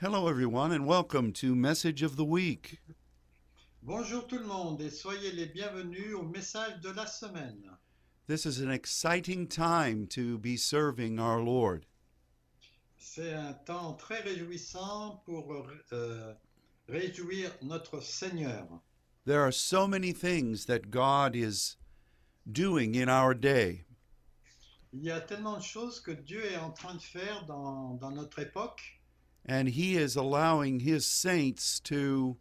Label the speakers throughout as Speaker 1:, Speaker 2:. Speaker 1: Hello, everyone, and welcome to Message of the Week.
Speaker 2: Bonjour tout le monde et soyez les bienvenus au message de la semaine.
Speaker 1: This is an exciting time to be serving our Lord.
Speaker 2: C'est un temps très réjouissant pour euh, réjouir notre Seigneur.
Speaker 1: There are so many things that God is doing in our day.
Speaker 2: Il y a tellement de choses que Dieu est en train de faire dans, dans notre époque
Speaker 1: and he is allowing his saints to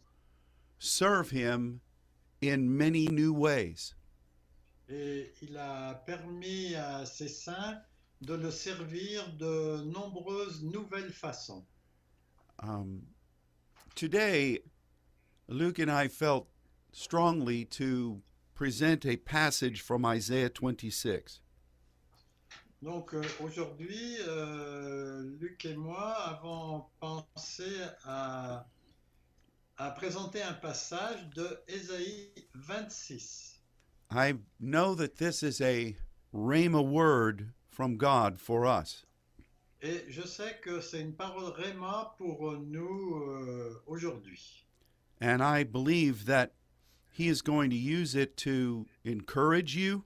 Speaker 1: serve him in many new ways.
Speaker 2: et il a permis à ses saints de le servir de nombreuses nouvelles façons.
Speaker 1: Um, today, Luke and I felt strongly to present a passage from Isaiah 26.
Speaker 2: Donc euh, aujourd'hui, euh, Luc et moi avons pensé à, à présenter un passage de Ésaïe 26.
Speaker 1: I know that this is a Rhema word from God for us.
Speaker 2: Et je sais que c'est une parole réma pour nous euh, aujourd'hui.
Speaker 1: And I believe that he is going to use it to encourage you,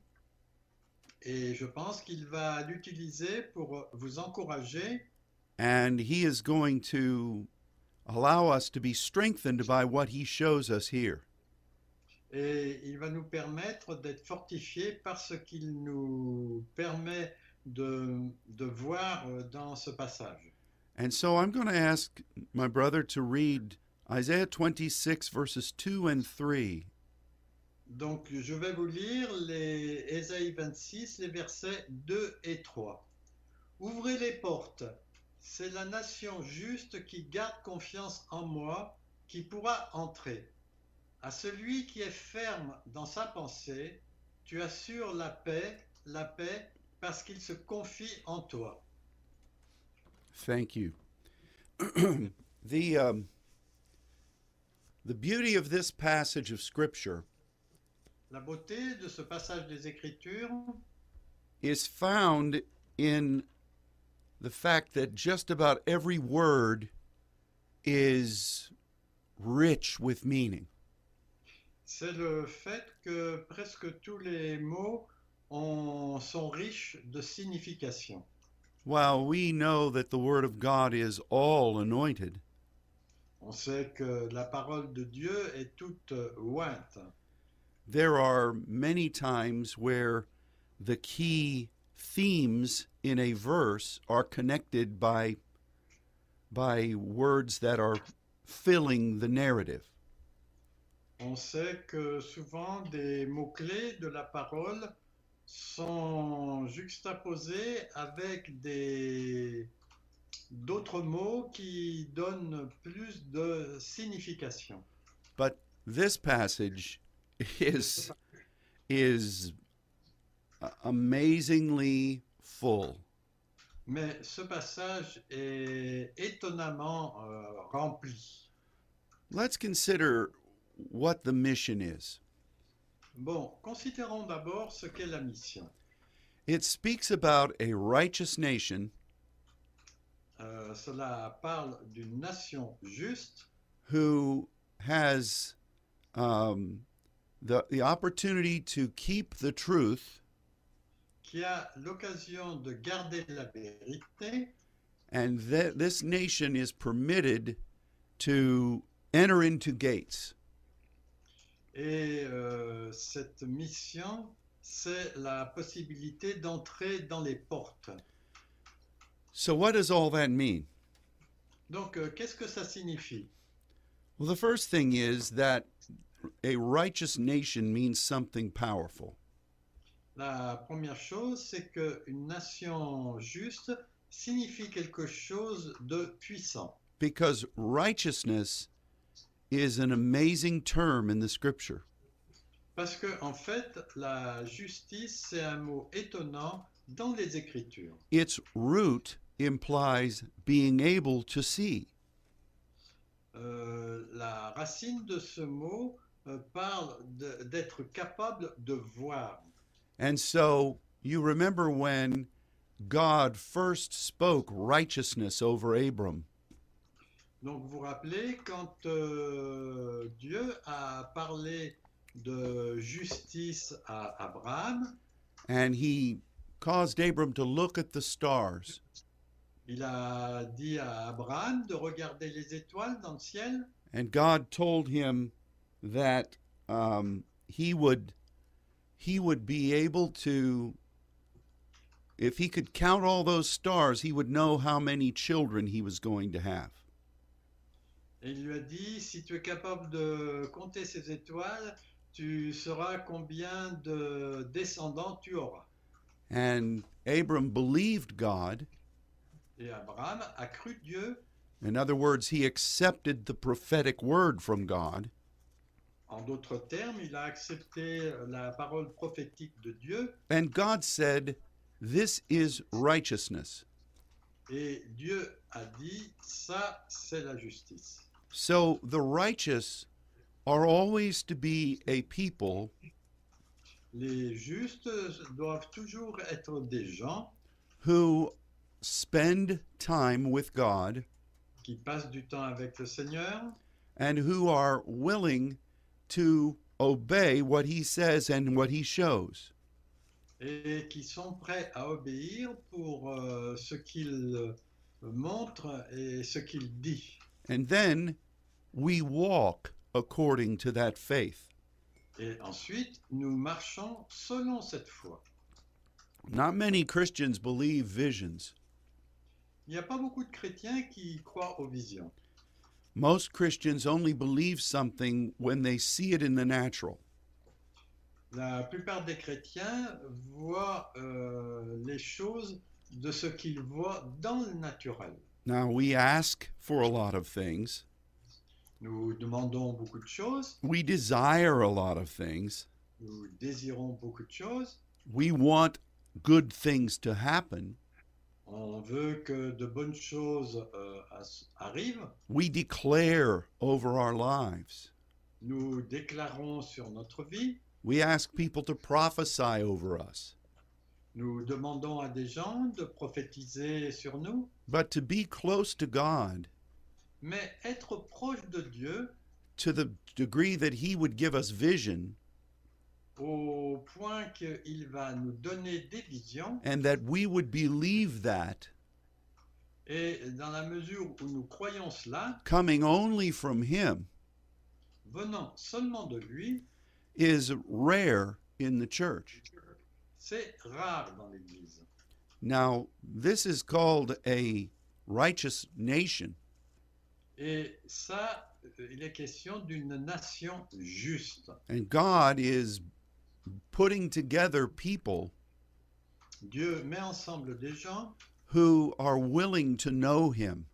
Speaker 2: Et je pense qu'il va l'utiliser pour vous encourager
Speaker 1: And he is going to allow us to be strengthened by what he shows us here.
Speaker 2: et il va nous permettre d'être fortifiés par ce qu'il nous permet de, de voir euh, dans ce passage.
Speaker 1: And so I'm going to ask my brother to read Isaiah 26, verses 2 and 3.
Speaker 2: Donc, je vais vous lire les Ésaïe 26, les versets 2 et 3. Ouvrez les portes. C'est la nation juste qui garde confiance en moi qui pourra entrer. À celui qui est ferme dans sa pensée, tu assures la paix, la paix, parce qu'il se confie en toi.
Speaker 1: Thank you. the, um, the beauty of this passage of Scripture
Speaker 2: La beauté de ce passage des Écritures
Speaker 1: is found in the fact that just about every word is rich with meaning.
Speaker 2: C'est le fait que presque tous les mots ont- sont riches de signification.
Speaker 1: While we know that the Word of God is all anointed,
Speaker 2: On sait que la parole de Dieu est toute ointe.
Speaker 1: there are many times where the key themes in a verse are connected by, by words that are filling the narrative.
Speaker 2: On sait que souvent des mots-clés de la parole sont juxtaposés avec des d'autres mots qui donnent plus de signification.
Speaker 1: But this passage is, is amazingly full.
Speaker 2: Mais ce passage est étonnamment euh, rempli.
Speaker 1: Let's consider what the mission is.
Speaker 2: Bon, considérons d'abord ce qu'est la mission.
Speaker 1: It speaks about a righteous nation
Speaker 2: Euh, cela parle d'une nation juste
Speaker 1: who has um, the the opportunity to keep the truth
Speaker 2: qui a l'occasion de garder la vérité
Speaker 1: and that this nation is permitted to enter into gates
Speaker 2: et euh, cette mission, c'est la possibilité d'entrer dans les portes.
Speaker 1: so what does all that mean
Speaker 2: Donc, euh, qu'est-ce que ça signifie
Speaker 1: well the first thing is that a righteous nation means something powerful
Speaker 2: La première chose, c'est qu'une nation juste signifie quelque chose de puissant.
Speaker 1: because righteousness is an amazing term in the scripture
Speaker 2: Parce que, en fait, la justice, c'est un mot étonnant dans les Écritures.
Speaker 1: its root implies being able to see
Speaker 2: Euh, la racine de ce mot euh, parle de- d'être capable de voir.
Speaker 1: And so you remember when God first spoke righteousness over Abram,
Speaker 2: Donc vous vous rappelez, quand euh, Dieu a parlé de justice à Abraham,
Speaker 1: and he caused Abram to look at the stars.
Speaker 2: il a dit à Abraham de regarder les étoiles dans le ciel
Speaker 1: And God told him that um, he would he would be able to if he could count all those stars, he would know how many children he was going to have.
Speaker 2: et il lui a dit, si tu es capable de compter ces étoiles, tu sauras combien de descendants tu auras.
Speaker 1: And Abram believed God.
Speaker 2: Et Abraham a cru Dieu
Speaker 1: In other words, he accepted the prophetic word from God,
Speaker 2: En d'autres termes, il a accepté la parole prophétique de Dieu
Speaker 1: and God said, "This is righteousness."
Speaker 2: et Dieu a dit ça c'est la justice.
Speaker 1: So the righteous are always to be a people
Speaker 2: Les justes doivent toujours être des gens
Speaker 1: who spend time with God
Speaker 2: qui passent du temps avec le Seigneur
Speaker 1: and who are willing to obey what he says and what he shows.
Speaker 2: et qui sont prêts à obéir pour euh, ce qu'il euh, montre et ce qu'il dit.
Speaker 1: And then we walk according to that faith,
Speaker 2: Et ensuite, nous marchons selon cette foi.
Speaker 1: Not many Christians believe visions.
Speaker 2: Il n'y a pas beaucoup de chrétiens qui croient aux visions.
Speaker 1: Most Christians only believe something when they see it in the natural.
Speaker 2: La plupart des chrétiens voient euh, les choses de ce qu'ils voient dans le naturel.
Speaker 1: Now, we ask for a lot of things,
Speaker 2: Nous demandons beaucoup de choses,
Speaker 1: we desire a lot of things,
Speaker 2: nous désirons beaucoup de choses,
Speaker 1: we want good things to happen,
Speaker 2: on veut que de bonnes choses euh, as- arrivent,
Speaker 1: we declare over our lives.
Speaker 2: nous déclarons sur notre vie,
Speaker 1: We ask people to prophesy over us.
Speaker 2: nous demandons à des gens de prophétiser sur nous,
Speaker 1: But to be close to God
Speaker 2: mais être proche de Dieu
Speaker 1: to the degree that He would give us vision
Speaker 2: au point qu'il va nous donner des visions
Speaker 1: and that we would believe that
Speaker 2: et dans la mesure où nous croyons cela,
Speaker 1: coming only from Him
Speaker 2: venant seulement de lui,
Speaker 1: is rare in the church.
Speaker 2: c'est rare dans l'Église.
Speaker 1: Now, this is called a righteous nation.
Speaker 2: Et ça, euh, il est question d'une nation juste.
Speaker 1: And God is putting together people
Speaker 2: Dieu met ensemble des gens
Speaker 1: who are willing to know Him.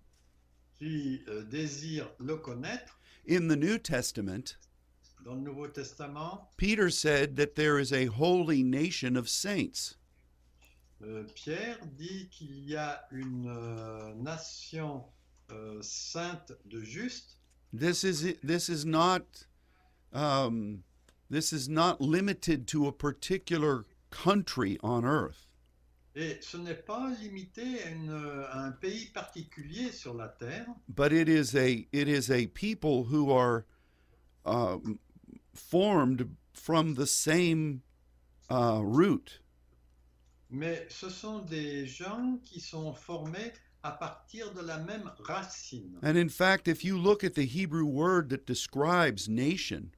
Speaker 2: qui euh, désirent le connaître.
Speaker 1: In the New Testament,
Speaker 2: Dans le Nouveau Testament,
Speaker 1: Peter said that there is a holy nation of saints.
Speaker 2: euh, Pierre dit qu'il y a une euh, nation euh, sainte de justes.
Speaker 1: This is this is not um, this is not limited to a particular country on earth.
Speaker 2: Et ce n'est pas limité à, une- à un pays particulier sur la terre,
Speaker 1: but it is a it is a people who are uh, formed from the same uh, root.
Speaker 2: mais ce sont des gens qui sont formés à partir de la même racine.
Speaker 1: And in fact, if you look at the Hebrew word that describes nation,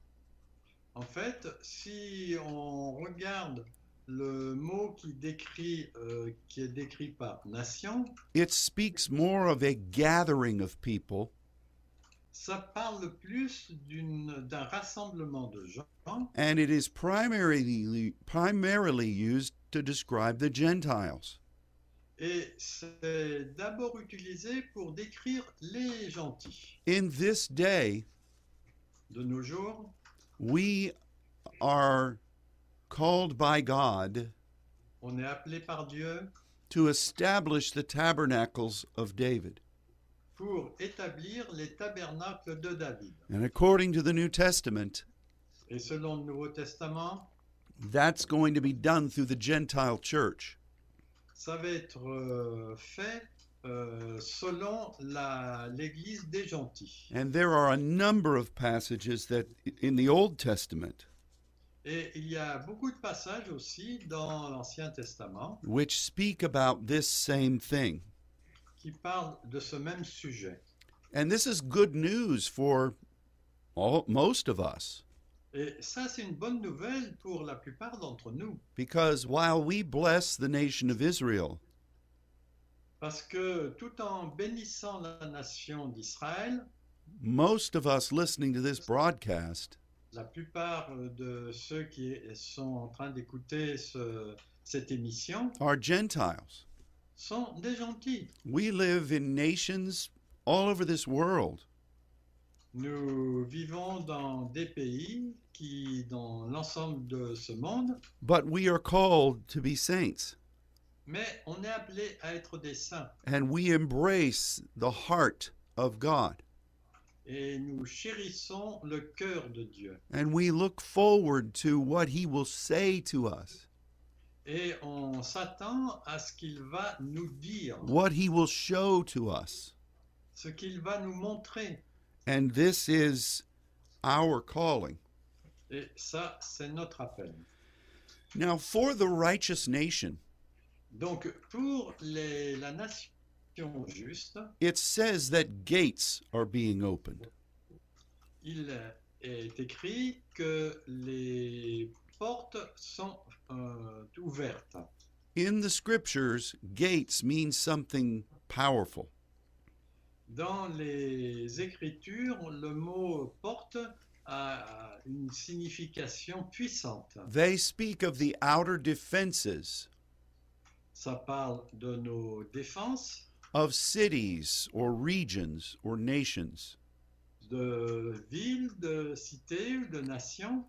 Speaker 2: En fait, si on regarde le mot qui décrit, euh, qui est décrit par nation,
Speaker 1: it speaks more of a gathering of people
Speaker 2: ça parle plus d'une- d'un rassemblement de gens
Speaker 1: and it is primarily primarily used to describe the Gentiles.
Speaker 2: et c'est d'abord utilisé pour décrire les gentils.
Speaker 1: In this day,
Speaker 2: De nos jours,
Speaker 1: we are called by God
Speaker 2: on est appelé par Dieu
Speaker 1: to establish the tabernacles of David.
Speaker 2: pour établir les tabernacles de David.
Speaker 1: And according to the New Testament,
Speaker 2: Et selon le Nouveau Testament,
Speaker 1: that's going to be done through the Gentile church.
Speaker 2: ça va être euh, fait euh, selon la- l'Église des gentils.
Speaker 1: And there are a number of passages that in the Old Testament
Speaker 2: Et il y a beaucoup de passages aussi dans l'Ancien Testament
Speaker 1: which speak about this same thing.
Speaker 2: qui parlent de ce même sujet.
Speaker 1: And this is good news for all, most of us
Speaker 2: Et ça, c'est une bonne nouvelle pour la plupart d'entre nous,
Speaker 1: because while we bless the nation of Israel,
Speaker 2: parce que tout en bénissant la nation d'Israël,
Speaker 1: most of us listening to this broadcast
Speaker 2: la plupart de ceux qui sont en train d'écouter ce- cette émission
Speaker 1: are Gentiles.
Speaker 2: sont des gentils.
Speaker 1: We live in nations all over this world
Speaker 2: Nous vivons dans des pays qui, dans l'ensemble de ce monde,
Speaker 1: But we are called to be saints,
Speaker 2: mais on est appelé à être des saints
Speaker 1: and we embrace the heart of God,
Speaker 2: et nous chérissons le cœur de Dieu
Speaker 1: and we look forward to what He will say to us,
Speaker 2: et on s'attend à ce qu'il va nous dire,
Speaker 1: what He will show to us.
Speaker 2: ce qu'il va nous montrer.
Speaker 1: And this is our calling.
Speaker 2: Et ça, c'est notre appel.
Speaker 1: Now, for the righteous nation,
Speaker 2: Donc, pour les- la nation juste,
Speaker 1: it says that gates are being opened.
Speaker 2: il est écrit que les portes sont euh, ouvertes.
Speaker 1: In the scriptures, gates mean something powerful.
Speaker 2: Dans les Écritures, le mot porte a une signification puissante.
Speaker 1: They speak of the outer defenses
Speaker 2: Ça parle de nos défenses,
Speaker 1: of cities or regions or nations.
Speaker 2: de villes, de cités ou de nations,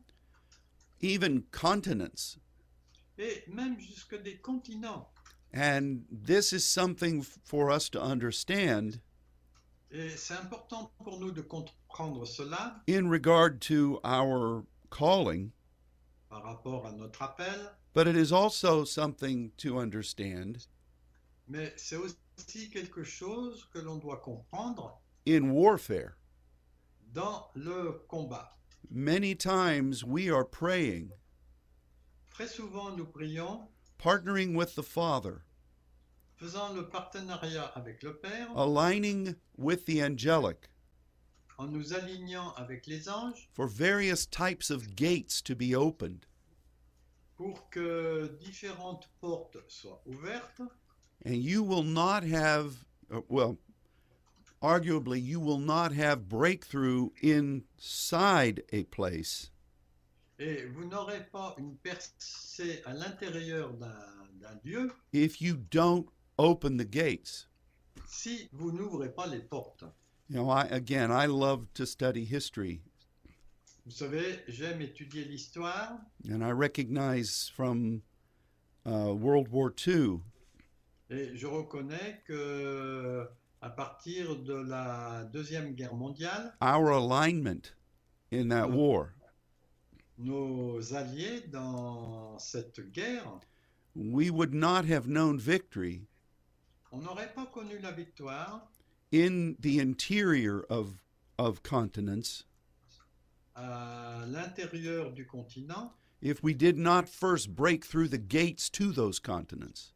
Speaker 1: even continents.
Speaker 2: et même jusque des continents.
Speaker 1: And this is something f- for us to understand
Speaker 2: Et c'est important pour nous de comprendre cela
Speaker 1: in regard to our calling,
Speaker 2: par rapport à notre appel,
Speaker 1: but it is also something to understand
Speaker 2: mais c'est aussi quelque chose que l'on doit comprendre
Speaker 1: in warfare.
Speaker 2: dans le combat.
Speaker 1: Many times we are praying,
Speaker 2: Très souvent, nous prions,
Speaker 1: partnering with the Father,
Speaker 2: faisant le partenariat avec le Père,
Speaker 1: Oh. aligning with the angelic
Speaker 2: en nous alignant avec les anges
Speaker 1: for various types of gates to be opened.
Speaker 2: pour que différentes portes soient ouvertes.
Speaker 1: And you will not have, uh, well, arguably, you will not have breakthrough inside a place
Speaker 2: Et vous n'aurez pas une percée à l'intérieur d'un d'un lieu
Speaker 1: if you don't open the gates.
Speaker 2: si vous n'ouvrez pas les portes.
Speaker 1: You know, I, again, I love to study history,
Speaker 2: Vous savez, j'aime étudier l'histoire
Speaker 1: and I recognize from uh, World War II
Speaker 2: et je reconnais que à partir de la Deuxième Guerre mondiale,
Speaker 1: our alignment in that war.
Speaker 2: nos alliés dans cette guerre,
Speaker 1: We would not have known victory
Speaker 2: on n'aurait pas connu la victoire
Speaker 1: in the interior of, of continents
Speaker 2: à l'intérieur du continent
Speaker 1: if we did not first break through the gates to those continents.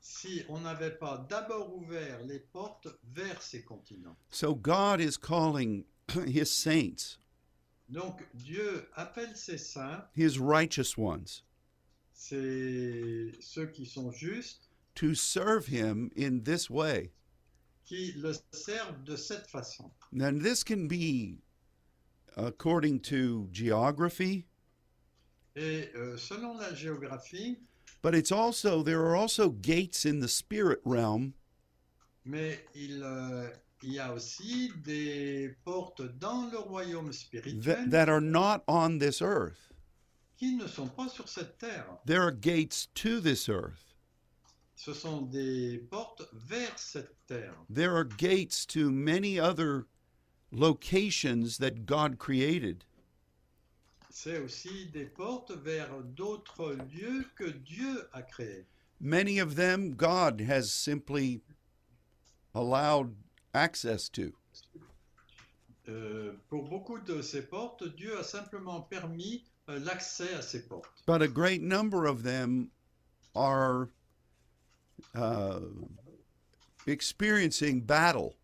Speaker 2: si on n'avait pas d'abord ouvert les portes vers ces continents.
Speaker 1: So God is calling his saints,
Speaker 2: Donc Dieu appelle ses saints,
Speaker 1: his righteous ones,
Speaker 2: c'est ceux qui sont justes,
Speaker 1: to serve him in this way.
Speaker 2: qui le servent de cette façon.
Speaker 1: And this can be according to geography,
Speaker 2: Et euh, selon la géographie,
Speaker 1: but it's also there are also gates in the spirit realm
Speaker 2: mais il, euh, il y a aussi des portes dans le royaume
Speaker 1: that,
Speaker 2: spirituel
Speaker 1: that are not on this earth.
Speaker 2: qui ne sont pas sur cette terre.
Speaker 1: There are gates to this earth.
Speaker 2: Ce sont des portes vers cette terre.
Speaker 1: There are gates to many other locations that God created.
Speaker 2: C'est aussi des portes vers d'autres lieux que Dieu a créés.
Speaker 1: Many of them God has simply allowed access to.
Speaker 2: Euh, pour beaucoup de ces portes, Dieu a simplement permis euh, l'accès à ces portes.
Speaker 1: But a great number of them are uh, experiencing battle.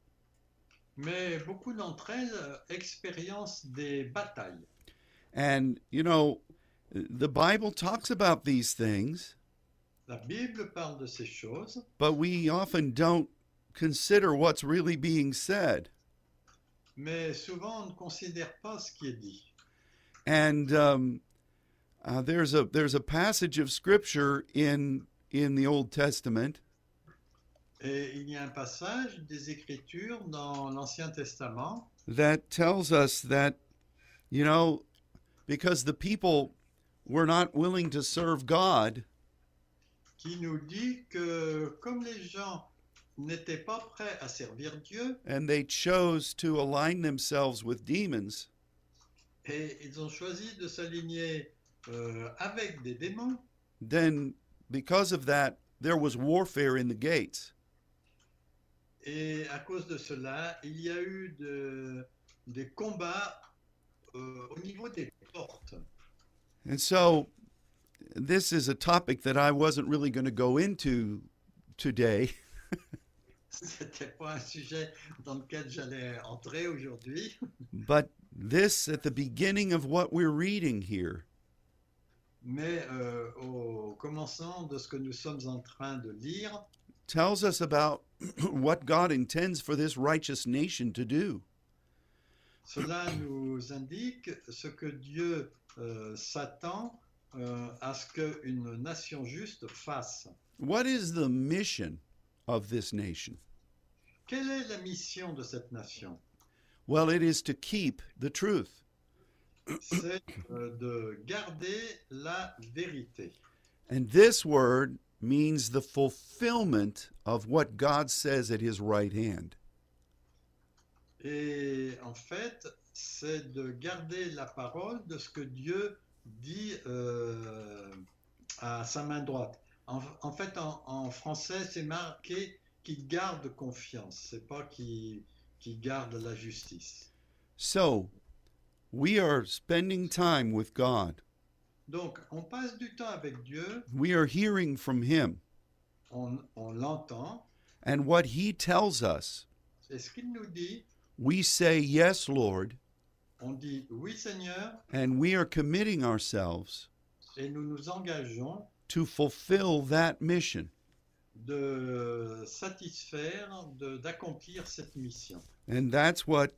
Speaker 2: Mais beaucoup d'entre elles euh, expériencent des batailles.
Speaker 1: And, you know, the Bible talks about these things,
Speaker 2: La Bible parle de ces choses,
Speaker 1: but we often don't consider what's really being said.
Speaker 2: mais souvent on ne considère pas ce qui est dit.
Speaker 1: And um, uh, there's a there's a passage of scripture in in the Old Testament
Speaker 2: Et il y a un passage des Écritures dans l'Ancien Testament
Speaker 1: that tells us that, you know, because the people were not willing to serve God,
Speaker 2: qui nous dit que comme les gens n'étaient pas prêts à servir Dieu
Speaker 1: and they chose to align themselves with demons,
Speaker 2: et ils ont choisi de s'aligner euh, avec des démons,
Speaker 1: then because of that, there was warfare in the gates.
Speaker 2: et à cause de cela, il y a eu de- des combats euh, au niveau des portes.
Speaker 1: And so, this is a topic that I wasn't really going to go into today.
Speaker 2: C'était pas un sujet dans lequel j'allais entrer aujourd'hui,
Speaker 1: But this at the beginning of what we're reading here
Speaker 2: mais euh, au commençant de ce que nous sommes en train de lire,
Speaker 1: tells us about what God intends for this righteous nation to do.
Speaker 2: Cela nous indique ce que Dieu euh, s'attend euh, à ce qu'une nation juste fasse.
Speaker 1: What is the mission of this nation?
Speaker 2: Quelle est la mission de cette nation
Speaker 1: Well, it is to keep the truth.
Speaker 2: C'est euh, de garder la vérité.
Speaker 1: And this word means the fulfillment of what God says at his right hand.
Speaker 2: Et en fait, c'est de garder la parole de ce que Dieu dit euh, à sa main droite. En, en fait, en, en français, c'est marqué qu'il garde confiance, c'est pas qu'il qu'il garde la justice.
Speaker 1: So, we are spending time with God.
Speaker 2: Donc, on passe du temps avec Dieu,
Speaker 1: We are hearing from him
Speaker 2: on, on l'entend,
Speaker 1: and what he tells us.
Speaker 2: et ce qu'il nous dit,
Speaker 1: We say, Yes, Lord,
Speaker 2: on dit oui Seigneur,
Speaker 1: and we are committing ourselves
Speaker 2: et nous nous engageons
Speaker 1: to fulfill that mission.
Speaker 2: de satisfaire, de- d'accomplir cette mission.
Speaker 1: And that's what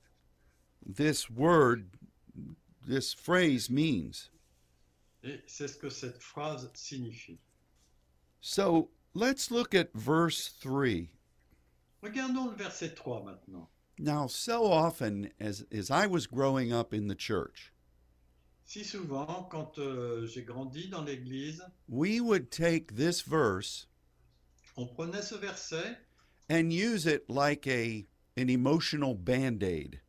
Speaker 1: this word, this phrase means.
Speaker 2: Et c'est ce que cette phrase signifie.
Speaker 1: So let's look at verse 3.
Speaker 2: Regardons le verset 3 maintenant.
Speaker 1: Now, so often as, as I was growing up in the church,
Speaker 2: Si souvent, quand euh, j'ai grandi dans l'Église,
Speaker 1: we would take this verse
Speaker 2: on prenait ce verset
Speaker 1: and use it like a an emotional band-aid.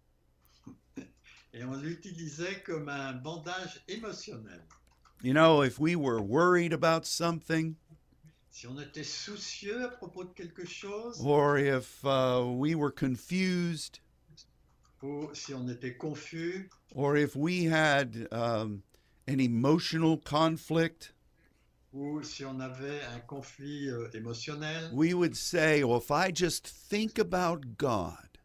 Speaker 2: et on l'utilisait comme un bandage émotionnel.
Speaker 1: You know, if we were worried about something,
Speaker 2: Si on était soucieux à propos de quelque chose,
Speaker 1: or if uh, we were confused,
Speaker 2: ou si on était confus,
Speaker 1: or if we had um, an emotional conflict,
Speaker 2: ou si on avait un conflit euh, émotionnel,
Speaker 1: we would say, Well, if I just think about God,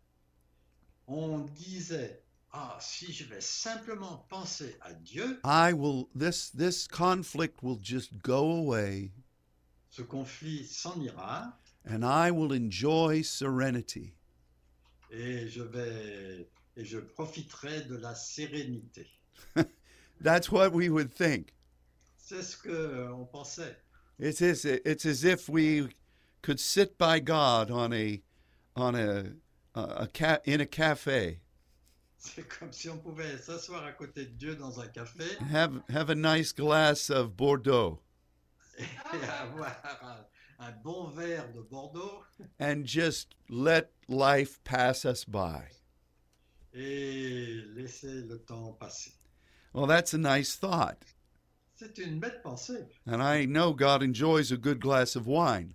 Speaker 2: on disait Ah, si je vais simplement penser à Dieu,
Speaker 1: I will this this conflict will just go away
Speaker 2: ce conflit s'en ira
Speaker 1: and I will enjoy serenity.
Speaker 2: et je vais et je profiterai de la sérénité.
Speaker 1: That's what we would think.
Speaker 2: C'est ce que euh, on pensait.
Speaker 1: It's as, it's as if we could sit by God on a on a, a, a ca- in a cafe,
Speaker 2: C'est comme si on pouvait s'asseoir à côté de Dieu dans un café
Speaker 1: have have a nice glass of Bordeaux
Speaker 2: et avoir un, un bon verre de Bordeaux
Speaker 1: and just let life pass us by.
Speaker 2: et laisser le temps passer.
Speaker 1: Well, that's a nice thought.
Speaker 2: C'est une bête pensée.
Speaker 1: And I know God enjoys a good glass of wine.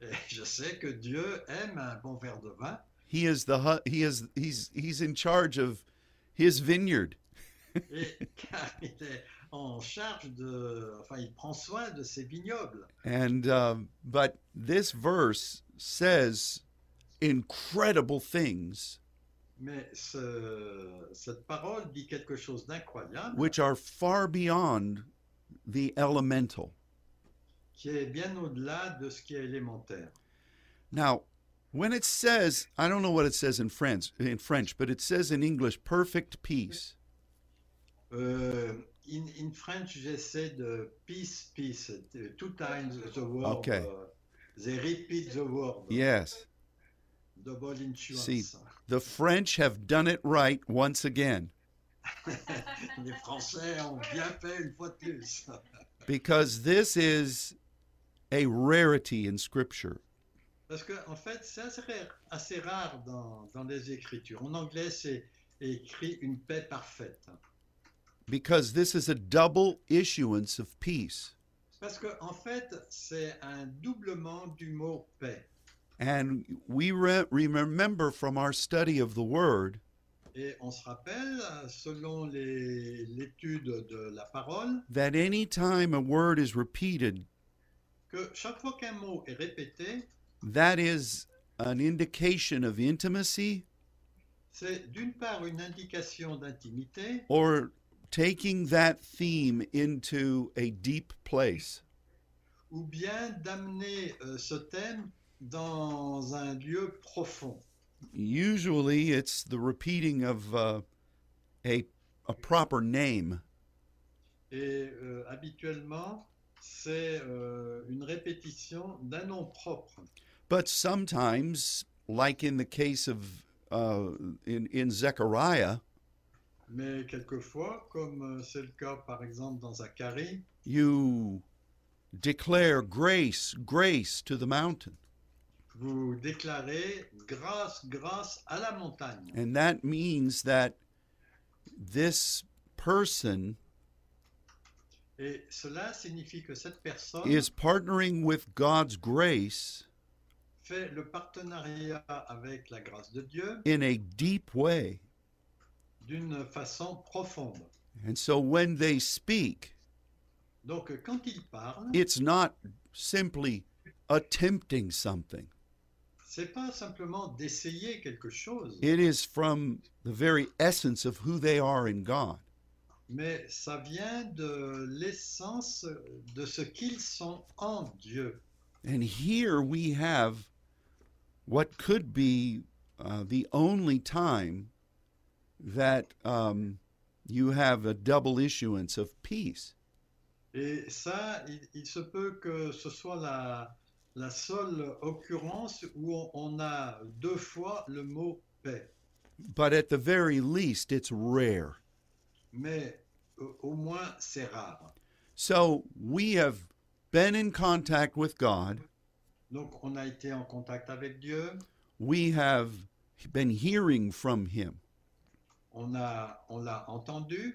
Speaker 2: Et je sais que Dieu aime un bon verre de vin.
Speaker 1: He is the hu- he is he's he's in charge of his vineyard.
Speaker 2: Et car il est en charge de, enfin, il prend soin de ses vignobles.
Speaker 1: And um, but this verse says incredible things
Speaker 2: Mais ce- cette parole dit quelque chose d'incroyable
Speaker 1: which are far beyond the elemental.
Speaker 2: qui est bien au-delà de ce qui est élémentaire.
Speaker 1: Now, when it says, I don't know what it says in French, in French, but it says in English, perfect peace.
Speaker 2: Euh, in, in French, j'essaie de peace, peace, euh, two times the word.
Speaker 1: Ok.
Speaker 2: euh, they repeat the word.
Speaker 1: Yes,
Speaker 2: Double insurance.
Speaker 1: Si. the French have done it right once again
Speaker 2: Les Français ont bien fait une fois de plus.
Speaker 1: because this is a rarity in Scripture.
Speaker 2: Parce que, en fait, c'est assez rare, assez rare dans, dans les Écritures. En anglais, c'est écrit une paix parfaite.
Speaker 1: because this is a double issuance of peace.
Speaker 2: Parce que, en fait, c'est un doublement du mot paix.
Speaker 1: And we re- remember from our study of the Word
Speaker 2: Et on se rappelle, selon les- l'étude de la parole,
Speaker 1: that any time a word is repeated,
Speaker 2: que chaque fois qu'un mot est répété,
Speaker 1: that is an indication of intimacy
Speaker 2: c'est d'une part une indication d'intimité
Speaker 1: or taking that theme into a deep place.
Speaker 2: ou bien d'amener euh, ce thème dans un lieu profond.
Speaker 1: Usually, it's the repeating of uh, a a proper name.
Speaker 2: Et euh, habituellement, c'est euh, une répétition d'un nom propre.
Speaker 1: But sometimes, like in the case of uh, in in Zechariah,
Speaker 2: Mais quelquefois, comme euh, c'est le cas par exemple dans Zacharie,
Speaker 1: you declare grace, grace to the mountain.
Speaker 2: vous déclarez grâce, grâce à la montagne.
Speaker 1: And that means that this person
Speaker 2: Et cela signifie que cette personne
Speaker 1: is partnering with God's grace
Speaker 2: fait le partenariat avec la grâce de Dieu
Speaker 1: in a deep way.
Speaker 2: d'une façon profonde.
Speaker 1: And so when they speak,
Speaker 2: Donc euh, quand il parle,
Speaker 1: it's not simply attempting something,
Speaker 2: c'est pas simplement d'essayer quelque chose,
Speaker 1: it is from the very essence of who they are in God.
Speaker 2: mais ça vient de l'essence de ce qu'ils sont en Dieu.
Speaker 1: And here we have what could be uh, the only time that um, you have a double issuance of peace.
Speaker 2: Et ça, il, il se peut que ce soit la, la seule occurrence où on, on a deux fois le mot paix.
Speaker 1: But at the very least, it's rare.
Speaker 2: Mais euh, au- au moins, c'est rare.
Speaker 1: So we have been in contact with God.
Speaker 2: Donc, on a été en contact avec Dieu,
Speaker 1: We have been hearing from Him.
Speaker 2: on a, on l'a entendu.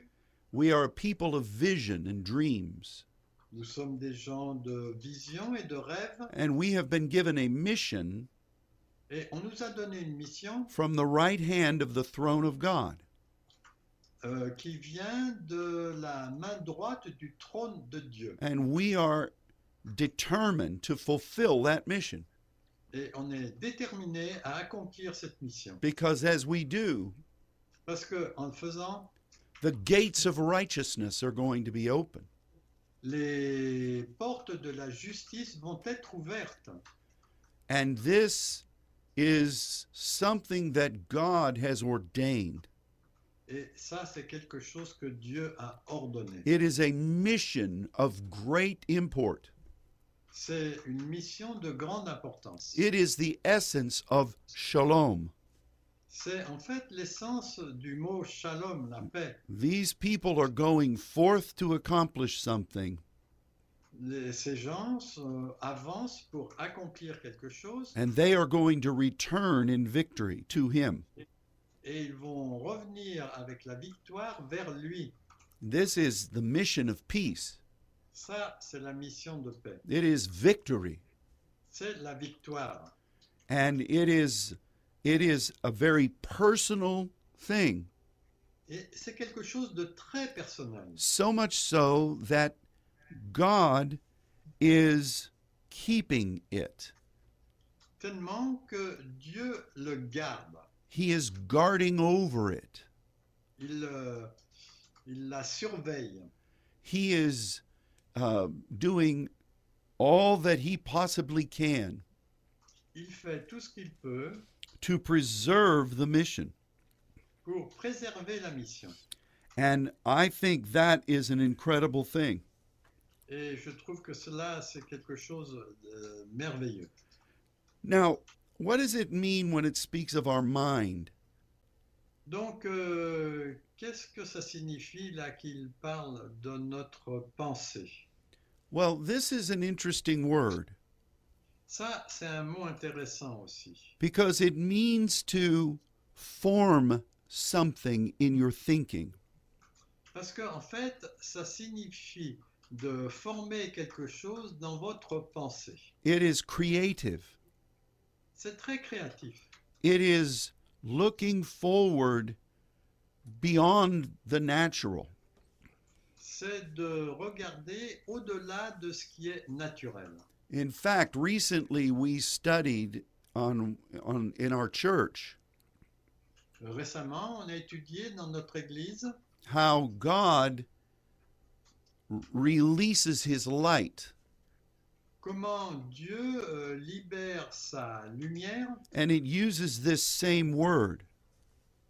Speaker 1: We are a people of vision and dreams.
Speaker 2: Nous sommes des gens de vision et de rêve,
Speaker 1: And we have been given a mission
Speaker 2: et on nous a donné une mission
Speaker 1: from the right hand of the throne of God.
Speaker 2: euh, qui vient de la main droite du trône de Dieu.
Speaker 1: And we are determined to fulfill that mission
Speaker 2: Et on est déterminé à accomplir cette mission.
Speaker 1: because as we do,
Speaker 2: Parce que en le faisant,
Speaker 1: the gates of righteousness are going to be open.
Speaker 2: les portes de la justice vont être ouvertes.
Speaker 1: And this is something that God has ordained.
Speaker 2: Et ça, c'est quelque chose que Dieu a ordonné.
Speaker 1: It is a mission of great import.
Speaker 2: C'est une mission de grande importance.
Speaker 1: It is the essence of shalom.
Speaker 2: C'est en fait l'essence du mot shalom, la paix.
Speaker 1: These people are going forth to accomplish something,
Speaker 2: Les- ces gens euh, avancent pour accomplir quelque chose
Speaker 1: and they are going to return in victory to Him.
Speaker 2: et ils vont revenir avec la victoire vers lui.
Speaker 1: This is the mission of peace.
Speaker 2: Ça, c'est la mission de paix.
Speaker 1: It is victory.
Speaker 2: c'est la victoire.
Speaker 1: and it is it is a very personal thing
Speaker 2: Et c'est quelque chose de très personnel.
Speaker 1: so much so that god is keeping it
Speaker 2: Tellement que Dieu le garde.
Speaker 1: he is guarding over it
Speaker 2: Il, euh, il la surveille.
Speaker 1: he is uh, doing all that he possibly can
Speaker 2: Il fait tout ce qu'il peut
Speaker 1: to preserve the mission
Speaker 2: pour préserver la mission.
Speaker 1: and i think that is an incredible thing
Speaker 2: Et je trouve que cela, c'est quelque chose de merveilleux.
Speaker 1: now what does it mean when it speaks of our mind
Speaker 2: Donc, euh, qu'est-ce que ça signifie là qu'il parle de notre pensée
Speaker 1: well this is an interesting word
Speaker 2: Ça, c'est un mot intéressant aussi.
Speaker 1: because it means to form something in your thinking.
Speaker 2: Parce que, en fait, ça signifie de former quelque chose dans votre pensée.
Speaker 1: It is creative.
Speaker 2: C'est très créatif.
Speaker 1: It is looking forward beyond the natural.
Speaker 2: C'est de regarder au-delà de ce qui est naturel.
Speaker 1: In fact, recently we studied on, on in our church
Speaker 2: Récemment, on a étudié dans notre église
Speaker 1: how God r- releases his light
Speaker 2: comment Dieu euh, libère sa lumière
Speaker 1: and it uses this same word.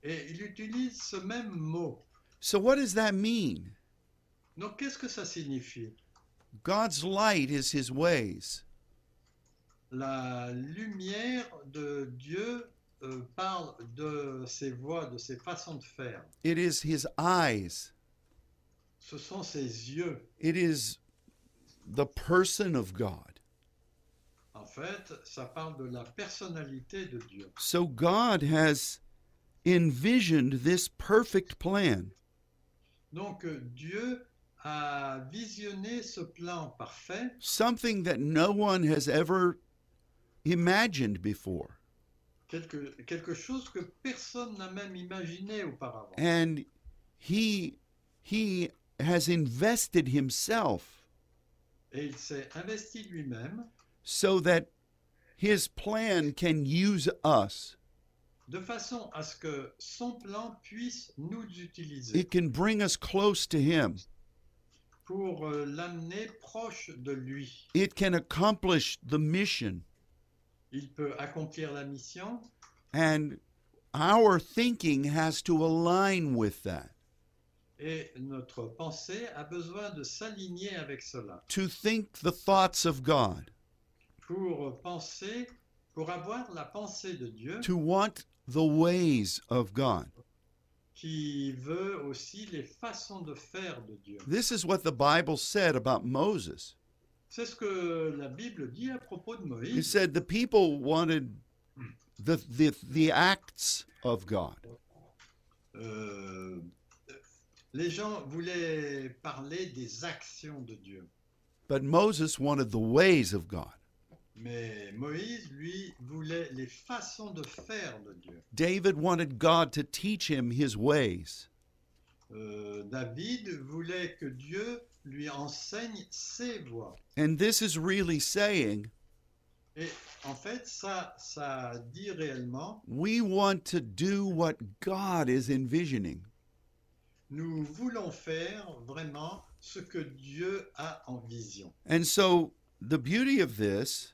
Speaker 2: et il utilise ce même mot.
Speaker 1: So what does that mean?
Speaker 2: Donc, qu'est-ce que ça signifie
Speaker 1: God's light is his ways.
Speaker 2: La lumière de Dieu euh, parle de ses voies, de ses façons de faire.
Speaker 1: It is his eyes.
Speaker 2: Ce sont ses yeux.
Speaker 1: It is the person of God.
Speaker 2: En fait, ça parle de la personnalité de Dieu.
Speaker 1: So God has envisioned this perfect plan
Speaker 2: Donc, euh, Dieu a visionné ce plan parfait,
Speaker 1: something that no one has ever imagined before.
Speaker 2: quelque, quelque chose que personne n'a même imaginé auparavant.
Speaker 1: And he he has invested himself
Speaker 2: Et il s'est investi lui-même
Speaker 1: so that his plan can use us.
Speaker 2: de façon à ce que son plan puisse nous utiliser
Speaker 1: It can bring us close to him.
Speaker 2: pour euh, l'amener proche de lui.
Speaker 1: It can accomplish the mission
Speaker 2: Il peut accomplir la mission
Speaker 1: And our thinking has to align with that,
Speaker 2: et notre pensée a besoin de s'aligner avec cela
Speaker 1: to think the thoughts of God,
Speaker 2: pour penser, pour avoir la pensée de Dieu
Speaker 1: to want the ways of God.
Speaker 2: qui veut aussi les façons de faire de Dieu.
Speaker 1: This is what the Bible said about Moses.
Speaker 2: C'est ce que la Bible dit à propos de
Speaker 1: It
Speaker 2: Moïse.
Speaker 1: said the people wanted the, the, the acts of God,
Speaker 2: Euh, les gens voulaient parler des actions de Dieu.
Speaker 1: but Moses wanted the ways of God.
Speaker 2: Mais Moïse, lui, voulait les façons de faire de Dieu.
Speaker 1: David wanted God to teach him his ways.
Speaker 2: Euh, David voulait que Dieu lui enseigne ses voies.
Speaker 1: And this is really saying
Speaker 2: Et en fait, ça, ça dit réellement,
Speaker 1: we want to do what God is envisioning.
Speaker 2: nous voulons faire vraiment ce que Dieu a en vision.
Speaker 1: And so the beauty of this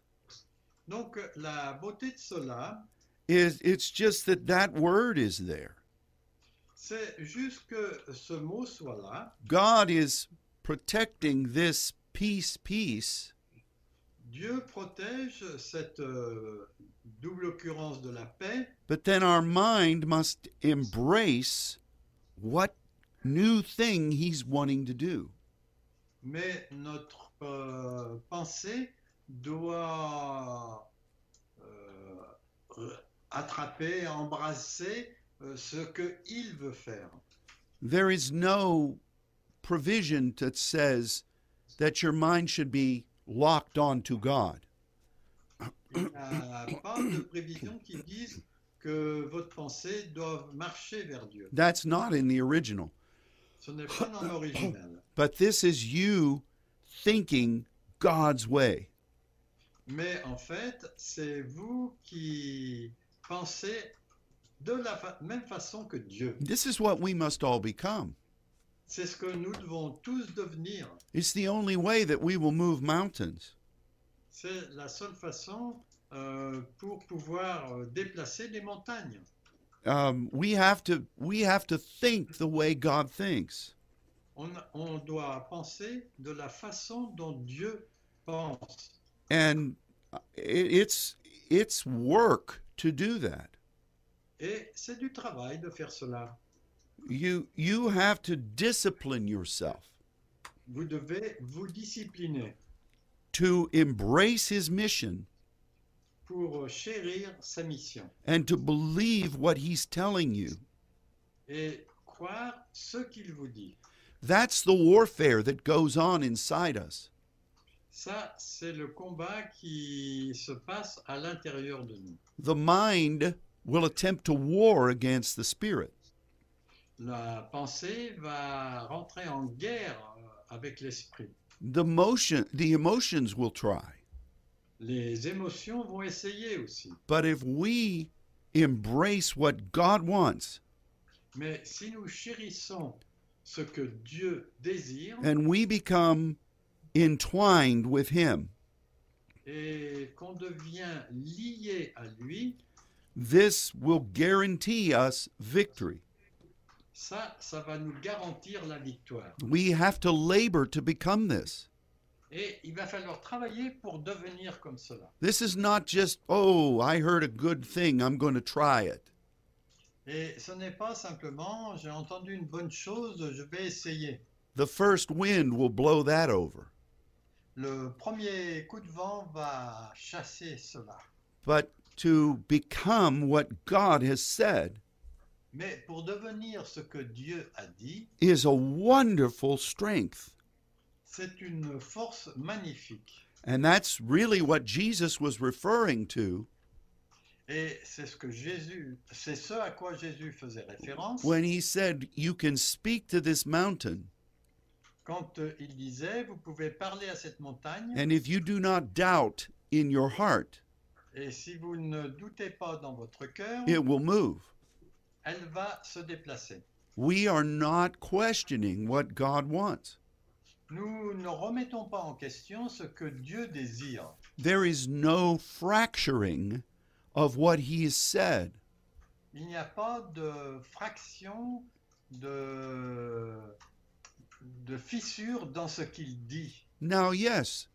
Speaker 2: Donc la beauté de cela,
Speaker 1: is it's just that that word is there.
Speaker 2: c'est juste que ce mot soit là.
Speaker 1: God is protecting this peace peace
Speaker 2: Dieu protège cette euh, double occurrence de la paix
Speaker 1: but then our mind must embrace what new thing he's wanting to do.
Speaker 2: mais notre euh, pensée doit euh, euh, attraper, embrasser euh, ce que il veut faire.
Speaker 1: There is no provision that says that your mind should be locked onto God.
Speaker 2: Il n'y a pas de prévision qui dise que votre pensée doit marcher vers Dieu.
Speaker 1: That's not in the original.
Speaker 2: Ce n'est pas dans l'original.
Speaker 1: But this is you thinking God's way.
Speaker 2: Mais en fait, c'est vous qui pensez de la fa- même façon que Dieu.
Speaker 1: This is what we must all become.
Speaker 2: C'est ce que nous devons tous devenir.
Speaker 1: It's the only way that we will move mountains.
Speaker 2: C'est la seule façon euh, pour pouvoir euh, déplacer les montagnes.
Speaker 1: Um, we have to we have to think the way God thinks.
Speaker 2: On, on doit penser de la façon dont Dieu pense.
Speaker 1: and uh, i- it's it's work to do that
Speaker 2: Et c'est du travail de faire cela.
Speaker 1: you you have to discipline yourself
Speaker 2: Vous devez vous discipliner
Speaker 1: to embrace his mission
Speaker 2: pour euh, chérir sa mission
Speaker 1: and to believe what he's telling you
Speaker 2: et croire ce qu'il vous dit.
Speaker 1: that's the warfare that goes on inside us
Speaker 2: Ça, c'est le combat qui se passe à l'intérieur de nous.
Speaker 1: the mind will attempt to war against the spirit
Speaker 2: La pensée va rentrer en guerre euh, avec l'esprit.
Speaker 1: the motion the emotions will try
Speaker 2: Les émotions vont essayer aussi.
Speaker 1: but if we embrace what god wants
Speaker 2: Mais si nous chérissons ce que Dieu désire
Speaker 1: and we become entwined with him
Speaker 2: et qu'on devient lié à lui,
Speaker 1: This will guarantee us victory.
Speaker 2: ça, ça va nous garantir la victoire.
Speaker 1: We have to labor to become this.
Speaker 2: Et il va falloir travailler pour devenir comme cela.
Speaker 1: This is not just, oh, I heard a good thing, I'm going to try it.
Speaker 2: Et ce n'est pas simplement j'ai entendu une bonne chose, je vais essayer.
Speaker 1: The first wind will blow that over.
Speaker 2: Le premier coup de vent va chasser cela.
Speaker 1: But to become what God has said
Speaker 2: Mais pour devenir ce que Dieu a dit,
Speaker 1: is a wonderful strength.
Speaker 2: c'est une force magnifique.
Speaker 1: And that's really what Jesus was referring to
Speaker 2: Et c'est ce que Jésus, c'est ce à quoi Jésus faisait référence
Speaker 1: when he said, You can speak to this mountain,
Speaker 2: quand euh, il disait vous pouvez parler à cette montagne
Speaker 1: and if you do not doubt in your heart,
Speaker 2: et si vous ne doutez pas dans votre cœur,
Speaker 1: it will move.
Speaker 2: elle va se déplacer.
Speaker 1: We are not questioning what God wants.
Speaker 2: Nous ne remettons pas en question ce que Dieu désire.
Speaker 1: There is no fracturing of what He has said.
Speaker 2: Il n'y a pas de fraction de, de fissure dans ce qu'il dit.
Speaker 1: Now, yes,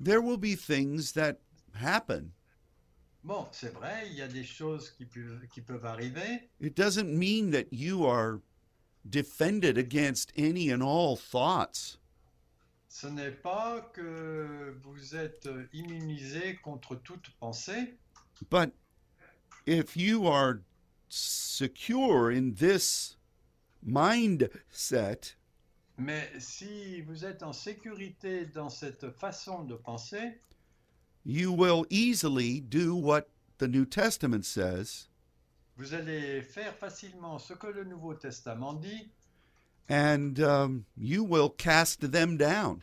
Speaker 1: there will be things that happen.
Speaker 2: Bon, c'est vrai, il y a des choses qui, pu- qui peuvent arriver.
Speaker 1: It doesn't mean that you are defended against any and all thoughts.
Speaker 2: Ce n'est pas que vous êtes immunisé contre toute pensée,
Speaker 1: But if you are secure in this mindset,
Speaker 2: mais si vous êtes en sécurité dans cette façon de penser,
Speaker 1: you will easily do what the New Testament says
Speaker 2: vous allez faire facilement ce que le Nouveau Testament dit
Speaker 1: and um, you will cast them down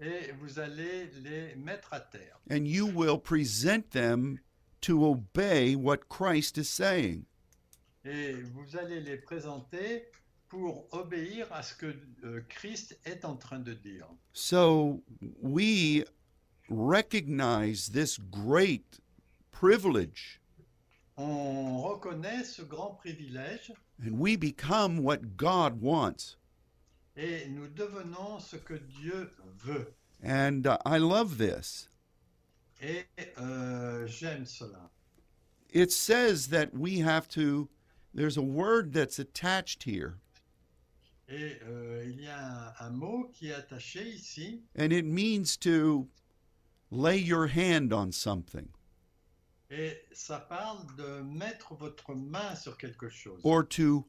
Speaker 2: et vous allez les mettre à terre.
Speaker 1: and you will present them to obey what Christ is saying.
Speaker 2: et vous allez les présenter pour obéir à ce que euh, Christ est en train de dire.
Speaker 1: So we recognize this great privilege
Speaker 2: On reconnaît ce grand privilège
Speaker 1: and we become what God wants.
Speaker 2: et nous devenons ce que Dieu veut.
Speaker 1: And uh, I love this.
Speaker 2: Et euh, j'aime cela.
Speaker 1: It says that we have to, there's a word that's attached here,
Speaker 2: Et euh, il y a un, un mot qui est attaché ici
Speaker 1: and it means to lay your hand on something.
Speaker 2: et ça parle de mettre votre main sur quelque chose
Speaker 1: or to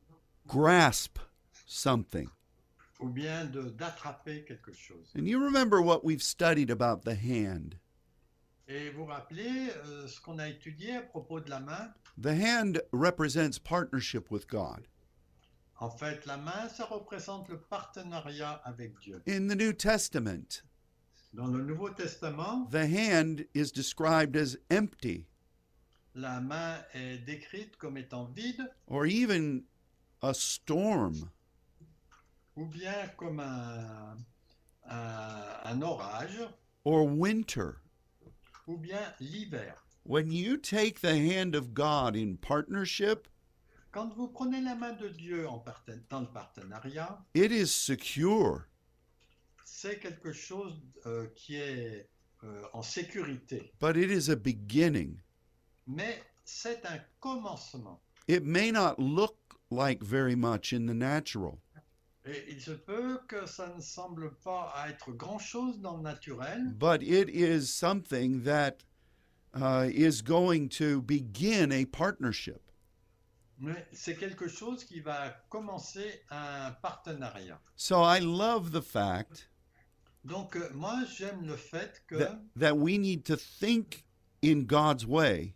Speaker 1: grasp something.
Speaker 2: ou bien de d'attraper quelque chose.
Speaker 1: And you remember what we've studied about the hand.
Speaker 2: Et vous rappelez euh, ce qu'on a étudié à propos de la main
Speaker 1: The hand represents partnership with God.
Speaker 2: En fait, la main, ça représente le partenariat avec Dieu.
Speaker 1: In the New Testament,
Speaker 2: Dans le Nouveau Testament,
Speaker 1: the hand is described as empty
Speaker 2: la main est décrite comme étant vide
Speaker 1: or even a storm.
Speaker 2: ou bien comme un, un- un orage
Speaker 1: or winter.
Speaker 2: ou bien l'hiver.
Speaker 1: When you take the hand of God in partnership,
Speaker 2: Quand vous prenez la main de Dieu en parten- dans le partenariat,
Speaker 1: it is secure.
Speaker 2: c'est quelque chose euh, qui est euh, en sécurité.
Speaker 1: But it is a beginning.
Speaker 2: Mais c'est un commencement.
Speaker 1: It may not look like very much in the natural,
Speaker 2: Et il se peut que ça ne semble pas être grand-chose dans le naturel,
Speaker 1: but it is something that uh, is going to begin a partnership.
Speaker 2: mais c'est quelque chose qui va commencer un partenariat.
Speaker 1: So I love the fact
Speaker 2: Donc euh, moi j'aime le fait que,
Speaker 1: that, that we need to think in God's way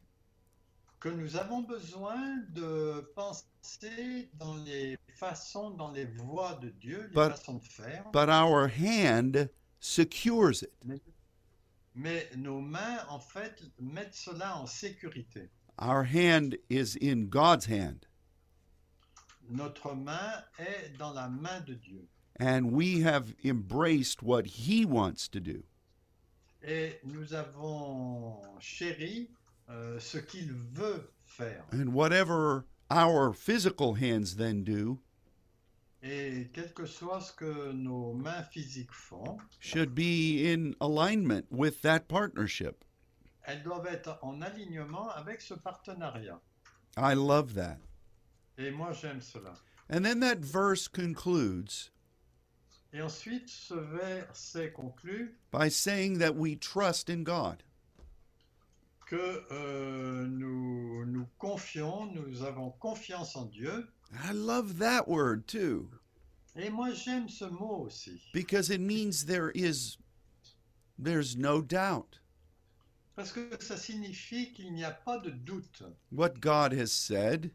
Speaker 2: que nous avons besoin de penser dans les façons, dans les voies de Dieu, les
Speaker 1: But-
Speaker 2: façons de faire,
Speaker 1: but our hand secures it.
Speaker 2: mais nos mains en fait mettent cela en sécurité.
Speaker 1: Our hand is in God's hand.
Speaker 2: Notre main est dans la main de Dieu.
Speaker 1: and we have embraced what he wants to do.
Speaker 2: Et nous avons chéri euh, ce qu'il veut faire.
Speaker 1: And whatever our physical hands then do
Speaker 2: Et quel que soit ce que nos mains physiques font,
Speaker 1: should be in alignment with that partnership.
Speaker 2: elles doivent être en alignement avec ce partenariat.
Speaker 1: I love that.
Speaker 2: Et moi, j'aime cela.
Speaker 1: And then that verse concludes
Speaker 2: Et ensuite, ce verset conclut
Speaker 1: by saying that we trust in God.
Speaker 2: que euh, nous nous confions, nous avons confiance en Dieu.
Speaker 1: I love that word too
Speaker 2: Et moi, j'aime ce mot aussi.
Speaker 1: because it means there is there's no doubt
Speaker 2: Parce que ça signifie qu'il n'y a pas de doute
Speaker 1: what God has said.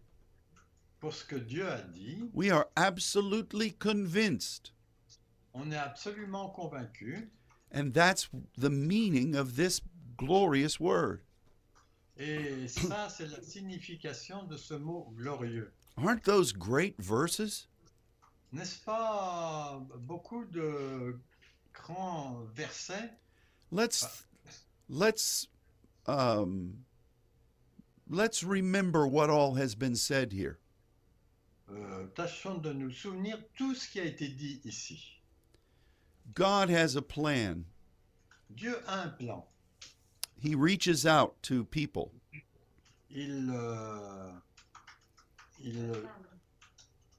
Speaker 2: pour ce que Dieu a dit.
Speaker 1: We are absolutely convinced.
Speaker 2: On est absolument convaincu.
Speaker 1: And that's the meaning of this glorious word.
Speaker 2: Et ça, c'est la signification de ce mot glorieux.
Speaker 1: Aren't those great verses?
Speaker 2: N'est-ce pas beaucoup de grands versets
Speaker 1: Let's let's um, let's remember what all has been said here.
Speaker 2: Euh, Tâchons de nous souvenir tout ce qui a été dit ici.
Speaker 1: God has a plan.
Speaker 2: Dieu a un plan.
Speaker 1: He reaches out to people.
Speaker 2: Il, euh, il,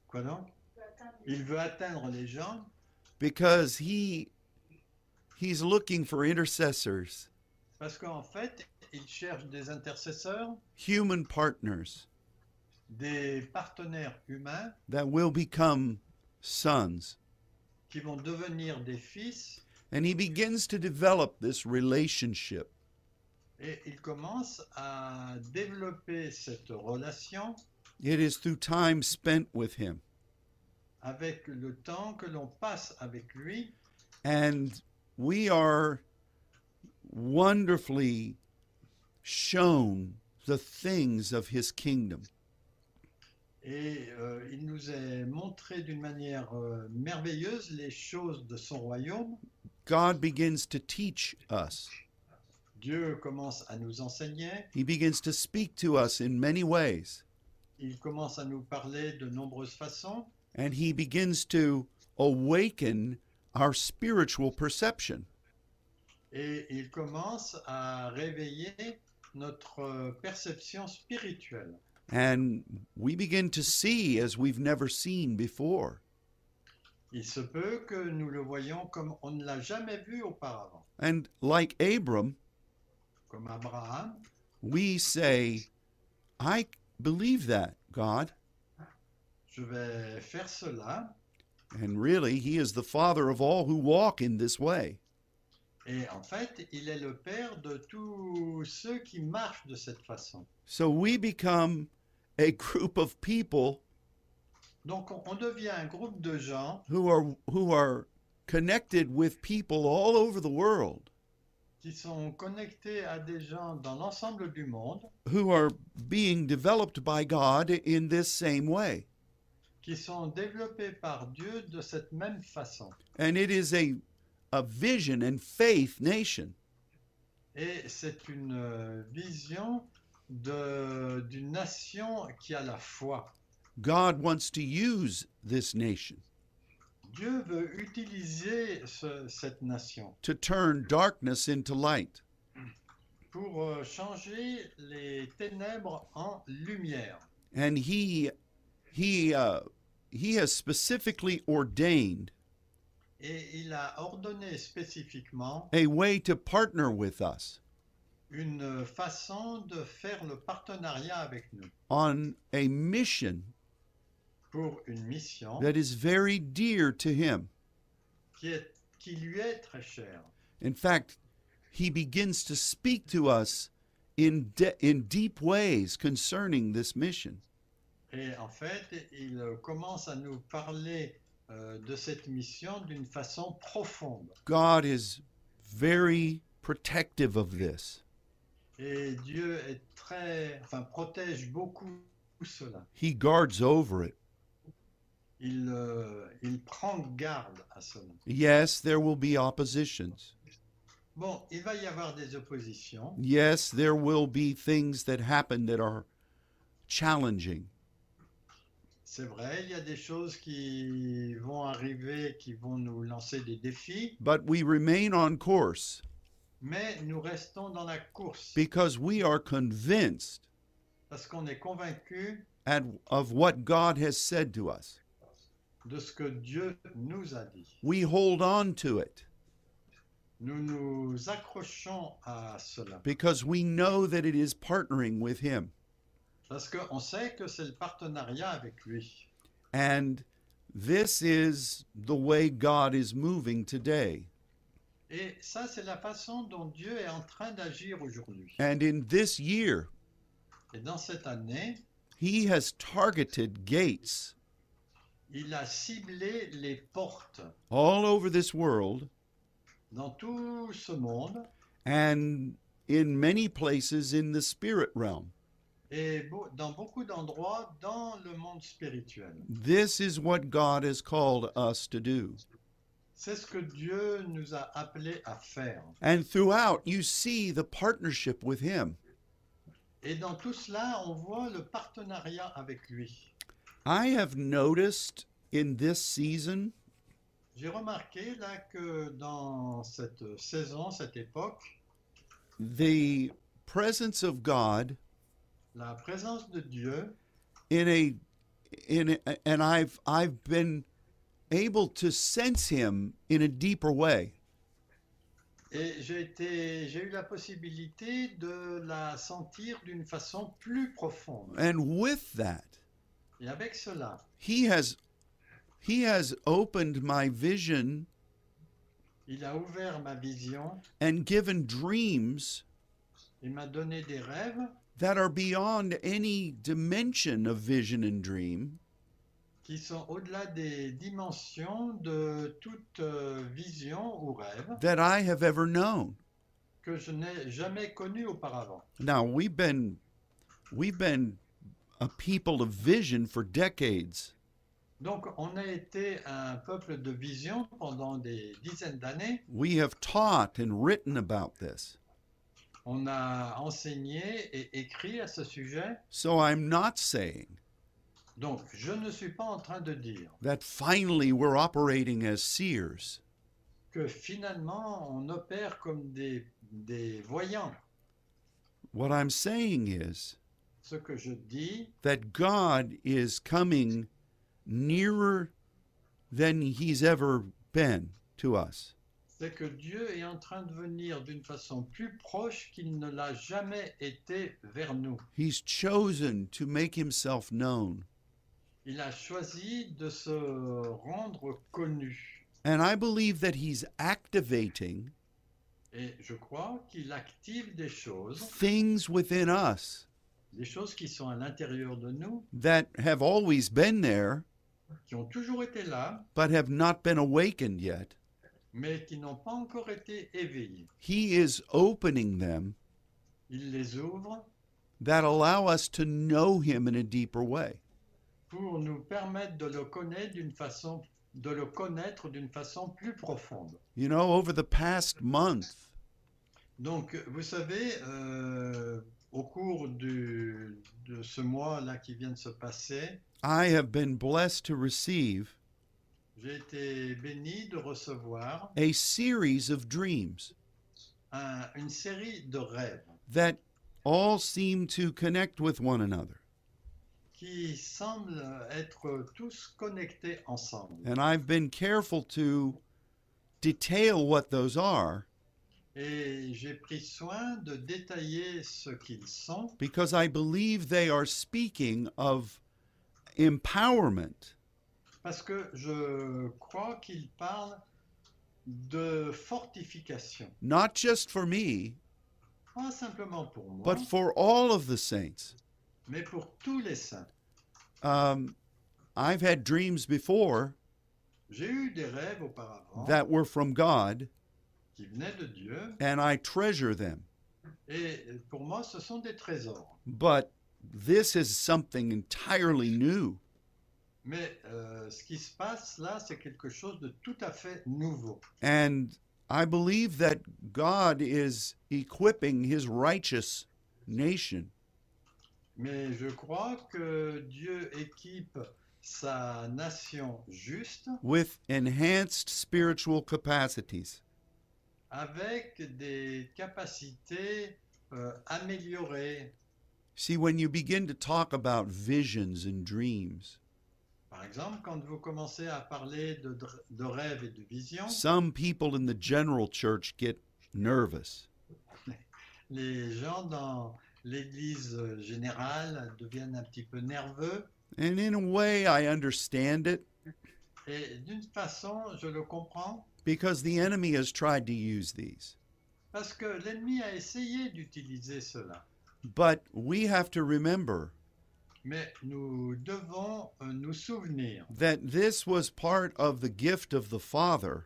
Speaker 2: quoi non Il veut atteindre les gens
Speaker 1: because he he's looking for intercessors,
Speaker 2: parce qu'en fait, il cherche des intercesseurs,
Speaker 1: human partners
Speaker 2: des partenaires humains
Speaker 1: that will become sons.
Speaker 2: qui vont devenir des fils
Speaker 1: And he begins to develop this relationship
Speaker 2: Et il commence à développer cette relation
Speaker 1: It is through time spent with Him.
Speaker 2: avec le temps que l'on passe avec lui.
Speaker 1: And we are wonderfully shown the things of His kingdom.
Speaker 2: Et euh, il nous est montré d'une manière euh, merveilleuse les choses de son royaume.
Speaker 1: God begins to teach us,
Speaker 2: Dieu commence à nous enseigner,
Speaker 1: He begins to speak to us in many ways,
Speaker 2: il commence à nous parler de nombreuses façons
Speaker 1: and He begins to awaken our spiritual perception.
Speaker 2: et il commence à réveiller notre euh, perception spirituelle.
Speaker 1: And we begin to see as we've never seen before.
Speaker 2: Il se peut que nous le voyons comme on ne l'a jamais vu auparavant,
Speaker 1: And like Abram,
Speaker 2: comme Abraham.
Speaker 1: we say, I believe that, God.
Speaker 2: Je vais faire cela.
Speaker 1: And really, he is the father of all who walk in this way.
Speaker 2: Et en fait, il est le père de tous ceux qui marchent de cette façon.
Speaker 1: So we become a group of people
Speaker 2: Donc on on devient un groupe de gens
Speaker 1: who are who are connected with people all over the world
Speaker 2: qui sont connectés à des gens dans l'ensemble du monde,
Speaker 1: who are being developed by God in this same way.
Speaker 2: qui sont développés par Dieu de cette même façon.
Speaker 1: And it is a a vision and faith nation.
Speaker 2: Et c'est une euh, vision de- d'une nation qui a la foi.
Speaker 1: God wants to use this nation
Speaker 2: Dieu veut utiliser ce- cette nation
Speaker 1: to turn darkness into light.
Speaker 2: pour euh, changer les ténèbres en lumière.
Speaker 1: And he he uh, he has specifically ordained
Speaker 2: Et il a ordonné spécifiquement
Speaker 1: a way to partner with us
Speaker 2: une façon de faire le partenariat avec nous
Speaker 1: on a mission
Speaker 2: pour une mission
Speaker 1: that is very dear to him.
Speaker 2: qui, est, qui lui est très chère.
Speaker 1: In fact, he begins to speak to us in de- in deep ways concerning this mission.
Speaker 2: Et en fait, il commence à nous parler euh, de cette mission d'une façon profonde.
Speaker 1: God is very protective of this.
Speaker 2: Et Dieu est très, enfin, protège beaucoup cela.
Speaker 1: He guards over it.
Speaker 2: Il, euh, il prend garde à cela.
Speaker 1: Yes, there will be oppositions.
Speaker 2: Bon, il va y avoir des oppositions.
Speaker 1: Yes, there will be things that happen that are challenging.
Speaker 2: C'est vrai, il y a des choses qui vont arriver, qui vont nous lancer des défis,
Speaker 1: But we remain on course
Speaker 2: mais nous restons dans la course
Speaker 1: because we are convinced
Speaker 2: parce qu'on est convaincu
Speaker 1: at, of what God has said to us.
Speaker 2: de ce que Dieu nous a dit.
Speaker 1: We hold on to it
Speaker 2: Nous nous accrochons à cela
Speaker 1: because we know that it is partnering with Him.
Speaker 2: parce qu'on sait que c'est le partenariat avec lui.
Speaker 1: And this is the way God is moving today.
Speaker 2: Et ça, c'est la façon dont Dieu est en train d'agir aujourd'hui.
Speaker 1: And in this year,
Speaker 2: Et dans cette année,
Speaker 1: He has targeted gates
Speaker 2: il a ciblé les portes
Speaker 1: all over this world
Speaker 2: dans tout ce monde
Speaker 1: and in many places in the spirit realm.
Speaker 2: et beau- dans beaucoup d'endroits dans le monde spirituel.
Speaker 1: This is what God has called us to do.
Speaker 2: C'est ce que Dieu nous a appelés à faire.
Speaker 1: And throughout, you see the partnership with Him.
Speaker 2: Et dans tout cela, on voit le partenariat avec lui.
Speaker 1: I have noticed in this season
Speaker 2: J'ai remarqué là que dans cette saison, cette époque,
Speaker 1: the presence of God
Speaker 2: la présence de Dieu,
Speaker 1: in a in a, and I've I've been able to sense him in a deeper way.
Speaker 2: et j'ai été, j'ai eu la possibilité de la sentir d'une façon plus profonde.
Speaker 1: And with that,
Speaker 2: Et avec cela,
Speaker 1: he has he has opened my vision
Speaker 2: il a ouvert ma vision,
Speaker 1: and given dreams
Speaker 2: il m'a donné des rêves
Speaker 1: that are beyond any dimension of vision and dream
Speaker 2: qui sont au-delà des dimensions de toute euh, vision ou rêve.
Speaker 1: that I have ever known.
Speaker 2: que je n'ai jamais connu auparavant.
Speaker 1: Now, we've been we've been a people of vision for decades,
Speaker 2: Donc, on a été un peuple de vision pendant des dizaines d'années.
Speaker 1: we have taught and written about this.
Speaker 2: On a enseigné et écrit à ce sujet.
Speaker 1: So I'm not saying
Speaker 2: Donc, je ne suis pas en train de dire
Speaker 1: that finally we're operating as seers,
Speaker 2: que finalement, on opère comme des, des voyants.
Speaker 1: what I'm saying is
Speaker 2: Ce que je dis,
Speaker 1: that God is coming nearer than he's ever been to us.
Speaker 2: c'est que Dieu est en train de venir d'une façon plus proche qu'il ne l'a jamais été vers nous.
Speaker 1: He's chosen to make himself known.
Speaker 2: Il a choisi de se rendre connu.
Speaker 1: And I believe that he's activating
Speaker 2: Et je crois qu'il active des choses,
Speaker 1: things within us
Speaker 2: des choses qui sont à l'intérieur de nous,
Speaker 1: that have always been there
Speaker 2: qui ont toujours été là,
Speaker 1: but have not been awakened yet.
Speaker 2: mais qui n'ont pas encore été éveillées.
Speaker 1: He is opening them
Speaker 2: Il les ouvre
Speaker 1: that allow us to know Him in a deeper way.
Speaker 2: pour nous permettre de le connaître d'une façon de le connaître d'une façon plus profonde.
Speaker 1: You know, over the past month,
Speaker 2: Donc, vous savez, euh, au cours du- de ce mois-là qui vient de se passer,
Speaker 1: I have been blessed to receive
Speaker 2: j'ai été béni de recevoir
Speaker 1: a series of dreams
Speaker 2: un- une série de rêves
Speaker 1: that all seem to connect with one another.
Speaker 2: qui semblent être tous connectés ensemble.
Speaker 1: And I've been careful to detail what those are
Speaker 2: Et j'ai pris soin de détailler ce qu'ils sont
Speaker 1: because I believe they are speaking of empowerment
Speaker 2: parce que je crois qu'ils parlent de fortification.
Speaker 1: not just for me,
Speaker 2: Pas simplement pour moi,
Speaker 1: but for all of the saints.
Speaker 2: mais pour tous les saints.
Speaker 1: Um, I've had dreams before
Speaker 2: J'ai eu des rêves auparavant
Speaker 1: that were from God,
Speaker 2: qui venaient de Dieu,
Speaker 1: and I treasure them.
Speaker 2: et pour moi, ce sont des trésors.
Speaker 1: But this is something entirely new.
Speaker 2: Mais euh, ce qui se passe là, c'est quelque chose de tout à fait nouveau.
Speaker 1: And I believe that God is equipping his righteous nation
Speaker 2: Mais je crois que Dieu équipe sa nation juste
Speaker 1: with enhanced spiritual capacities.
Speaker 2: avec des capacités euh, améliorées.
Speaker 1: See, when you begin to talk about visions and dreams,
Speaker 2: Par exemple, quand vous commencez à parler de, dr- de rêves et de visions,
Speaker 1: some people in the general church get nervous.
Speaker 2: les gens dans l'église générale deviennent un petit peu nerveux.
Speaker 1: And in a way, I understand it
Speaker 2: Et d'une façon, je le comprends,
Speaker 1: because the enemy has tried to use these.
Speaker 2: parce que l'ennemi a essayé d'utiliser cela.
Speaker 1: But we have to remember
Speaker 2: Mais nous devons euh, nous souvenir
Speaker 1: that this was part of the gift of the Father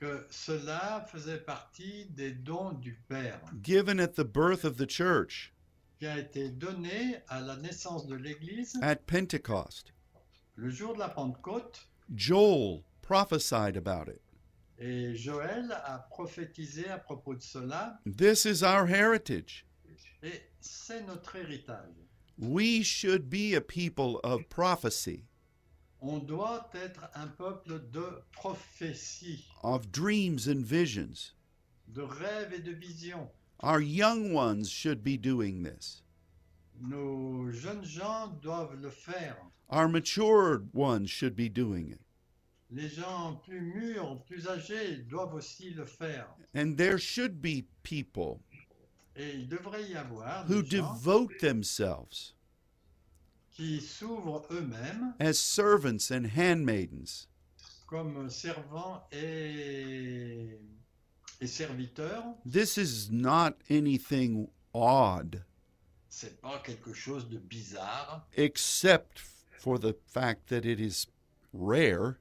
Speaker 2: que cela faisait partie des dons du Père,
Speaker 1: given at the birth of the church
Speaker 2: qui a été donné à la naissance de l'Église
Speaker 1: at Pentecost.
Speaker 2: le jour de la Pentecôte,
Speaker 1: Joel prophesied about it.
Speaker 2: et Joël a prophétisé à propos de cela,
Speaker 1: This is our heritage.
Speaker 2: et c'est notre héritage.
Speaker 1: We should be a people of prophecy,
Speaker 2: On doit être un peuple de prophétie,
Speaker 1: of dreams and visions.
Speaker 2: de rêves et de visions.
Speaker 1: Our young ones should be doing this.
Speaker 2: Nos jeunes gens doivent le faire.
Speaker 1: Our matured ones should be doing it.
Speaker 2: Les gens plus mûrs, plus âgés doivent aussi le faire.
Speaker 1: And there should be people
Speaker 2: Et il devrait y avoir
Speaker 1: who
Speaker 2: des gens
Speaker 1: devote themselves
Speaker 2: qui s'ouvrent eux-mêmes
Speaker 1: as servants and handmaidens
Speaker 2: comme servants et, et serviteurs.
Speaker 1: This is not anything odd,
Speaker 2: C'est pas quelque chose de bizarre,
Speaker 1: except for the fact that it is rare.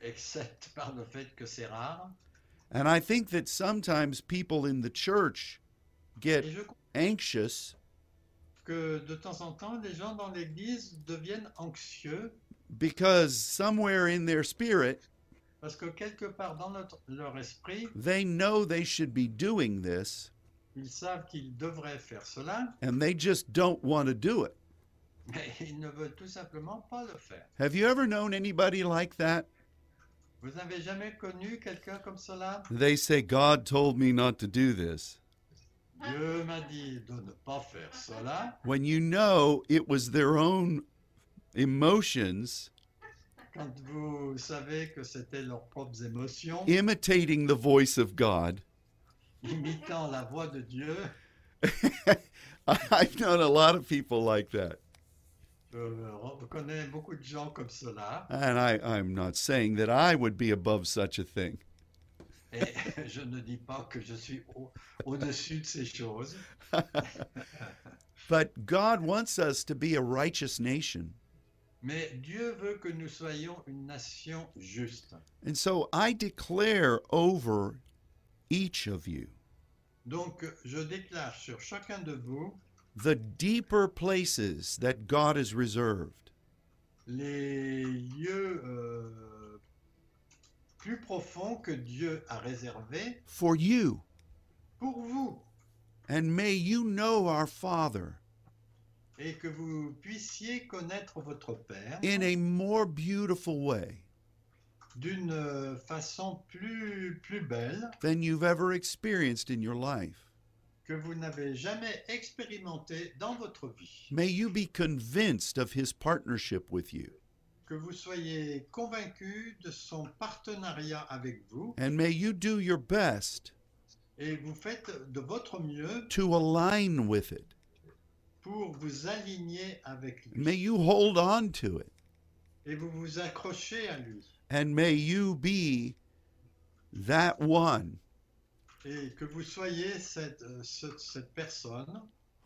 Speaker 2: except par le fait que c'est rare.
Speaker 1: And I think that sometimes people in the church get
Speaker 2: Et je crois
Speaker 1: anxious
Speaker 2: que de temps en temps, les gens dans l'Église deviennent anxieux
Speaker 1: because somewhere in their spirit,
Speaker 2: parce que quelque part dans notre- leur esprit,
Speaker 1: they know they should be doing this
Speaker 2: ils savent qu'ils devraient faire cela,
Speaker 1: and they just don't want to do it.
Speaker 2: Mais ils ne veulent tout simplement pas le faire.
Speaker 1: Have you ever known anybody like that?
Speaker 2: Vous n'avez jamais connu quelqu'un comme cela
Speaker 1: They say, God told me not to do this,
Speaker 2: Dieu m'a dit de ne pas faire cela
Speaker 1: when you know it was their own emotions
Speaker 2: quand vous savez que c'était leurs propres émotions,
Speaker 1: imitating the voice of God.
Speaker 2: imitant la voix de Dieu.
Speaker 1: I've known a lot of people like that.
Speaker 2: Je re- connais beaucoup de gens comme cela.
Speaker 1: And I, I'm not saying that I would be above such a thing.
Speaker 2: Et je ne dis pas que je suis au- au-dessus de ces choses,
Speaker 1: But God wants us to be a righteous nation.
Speaker 2: mais Dieu veut que nous soyons une nation juste.
Speaker 1: And so I declare over each of you
Speaker 2: Donc je déclare sur chacun de vous
Speaker 1: the deeper places that God has reserved.
Speaker 2: les lieux euh, plus profonds que Dieu a réservés
Speaker 1: for you.
Speaker 2: pour vous
Speaker 1: And may you know our Father
Speaker 2: et que vous puissiez connaître votre Père
Speaker 1: in a more beautiful way
Speaker 2: d'une euh, façon plus, plus belle
Speaker 1: than you've ever experienced in your life.
Speaker 2: que vous n'avez jamais expérimentée dans votre vie.
Speaker 1: May you be convinced of His partnership with you.
Speaker 2: Que vous soyez convaincu de son partenariat avec vous
Speaker 1: And may you do your best
Speaker 2: et vous faites de votre mieux
Speaker 1: to align with it.
Speaker 2: pour vous aligner avec lui
Speaker 1: May you hold on to it.
Speaker 2: et vous vous accrochez à lui.
Speaker 1: And may you be that one
Speaker 2: et que vous soyez cette, euh, ce- cette personne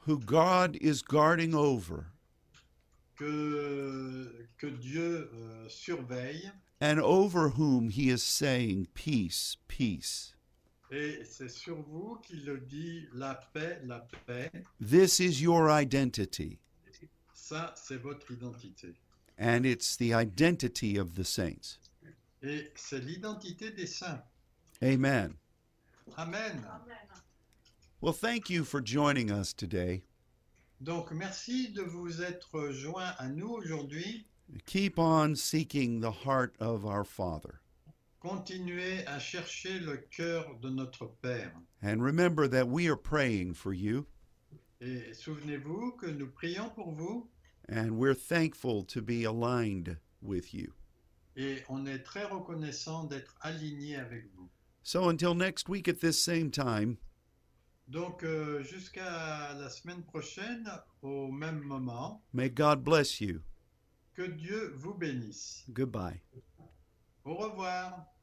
Speaker 1: who God is guarding over
Speaker 2: que, que Dieu euh, surveille,
Speaker 1: and over whom He is saying, Peace, peace.
Speaker 2: et c'est sur vous qu'il le dit, la paix, la paix,
Speaker 1: This is your identity.
Speaker 2: ça c'est votre identité.
Speaker 1: and it's the identity of the saints.
Speaker 2: Et c'est l'identité des saints.
Speaker 1: Amen.
Speaker 2: Amen.
Speaker 1: Well, thank you for joining us today.
Speaker 2: Donc merci de vous être joints à nous aujourd'hui.
Speaker 1: Keep on seeking the heart of our Father.
Speaker 2: Continuez à chercher le cœur de notre Père.
Speaker 1: And remember that we are praying for you,
Speaker 2: Et souvenez-vous que nous prions pour vous
Speaker 1: and we're thankful to be aligned with you.
Speaker 2: et on est très reconnaissant d'être alignés avec vous.
Speaker 1: So until next week at this same time,
Speaker 2: Donc, euh, jusqu'à la semaine prochaine, au même moment,
Speaker 1: may God bless you.
Speaker 2: que Dieu vous bénisse.
Speaker 1: Goodbye.
Speaker 2: Au revoir.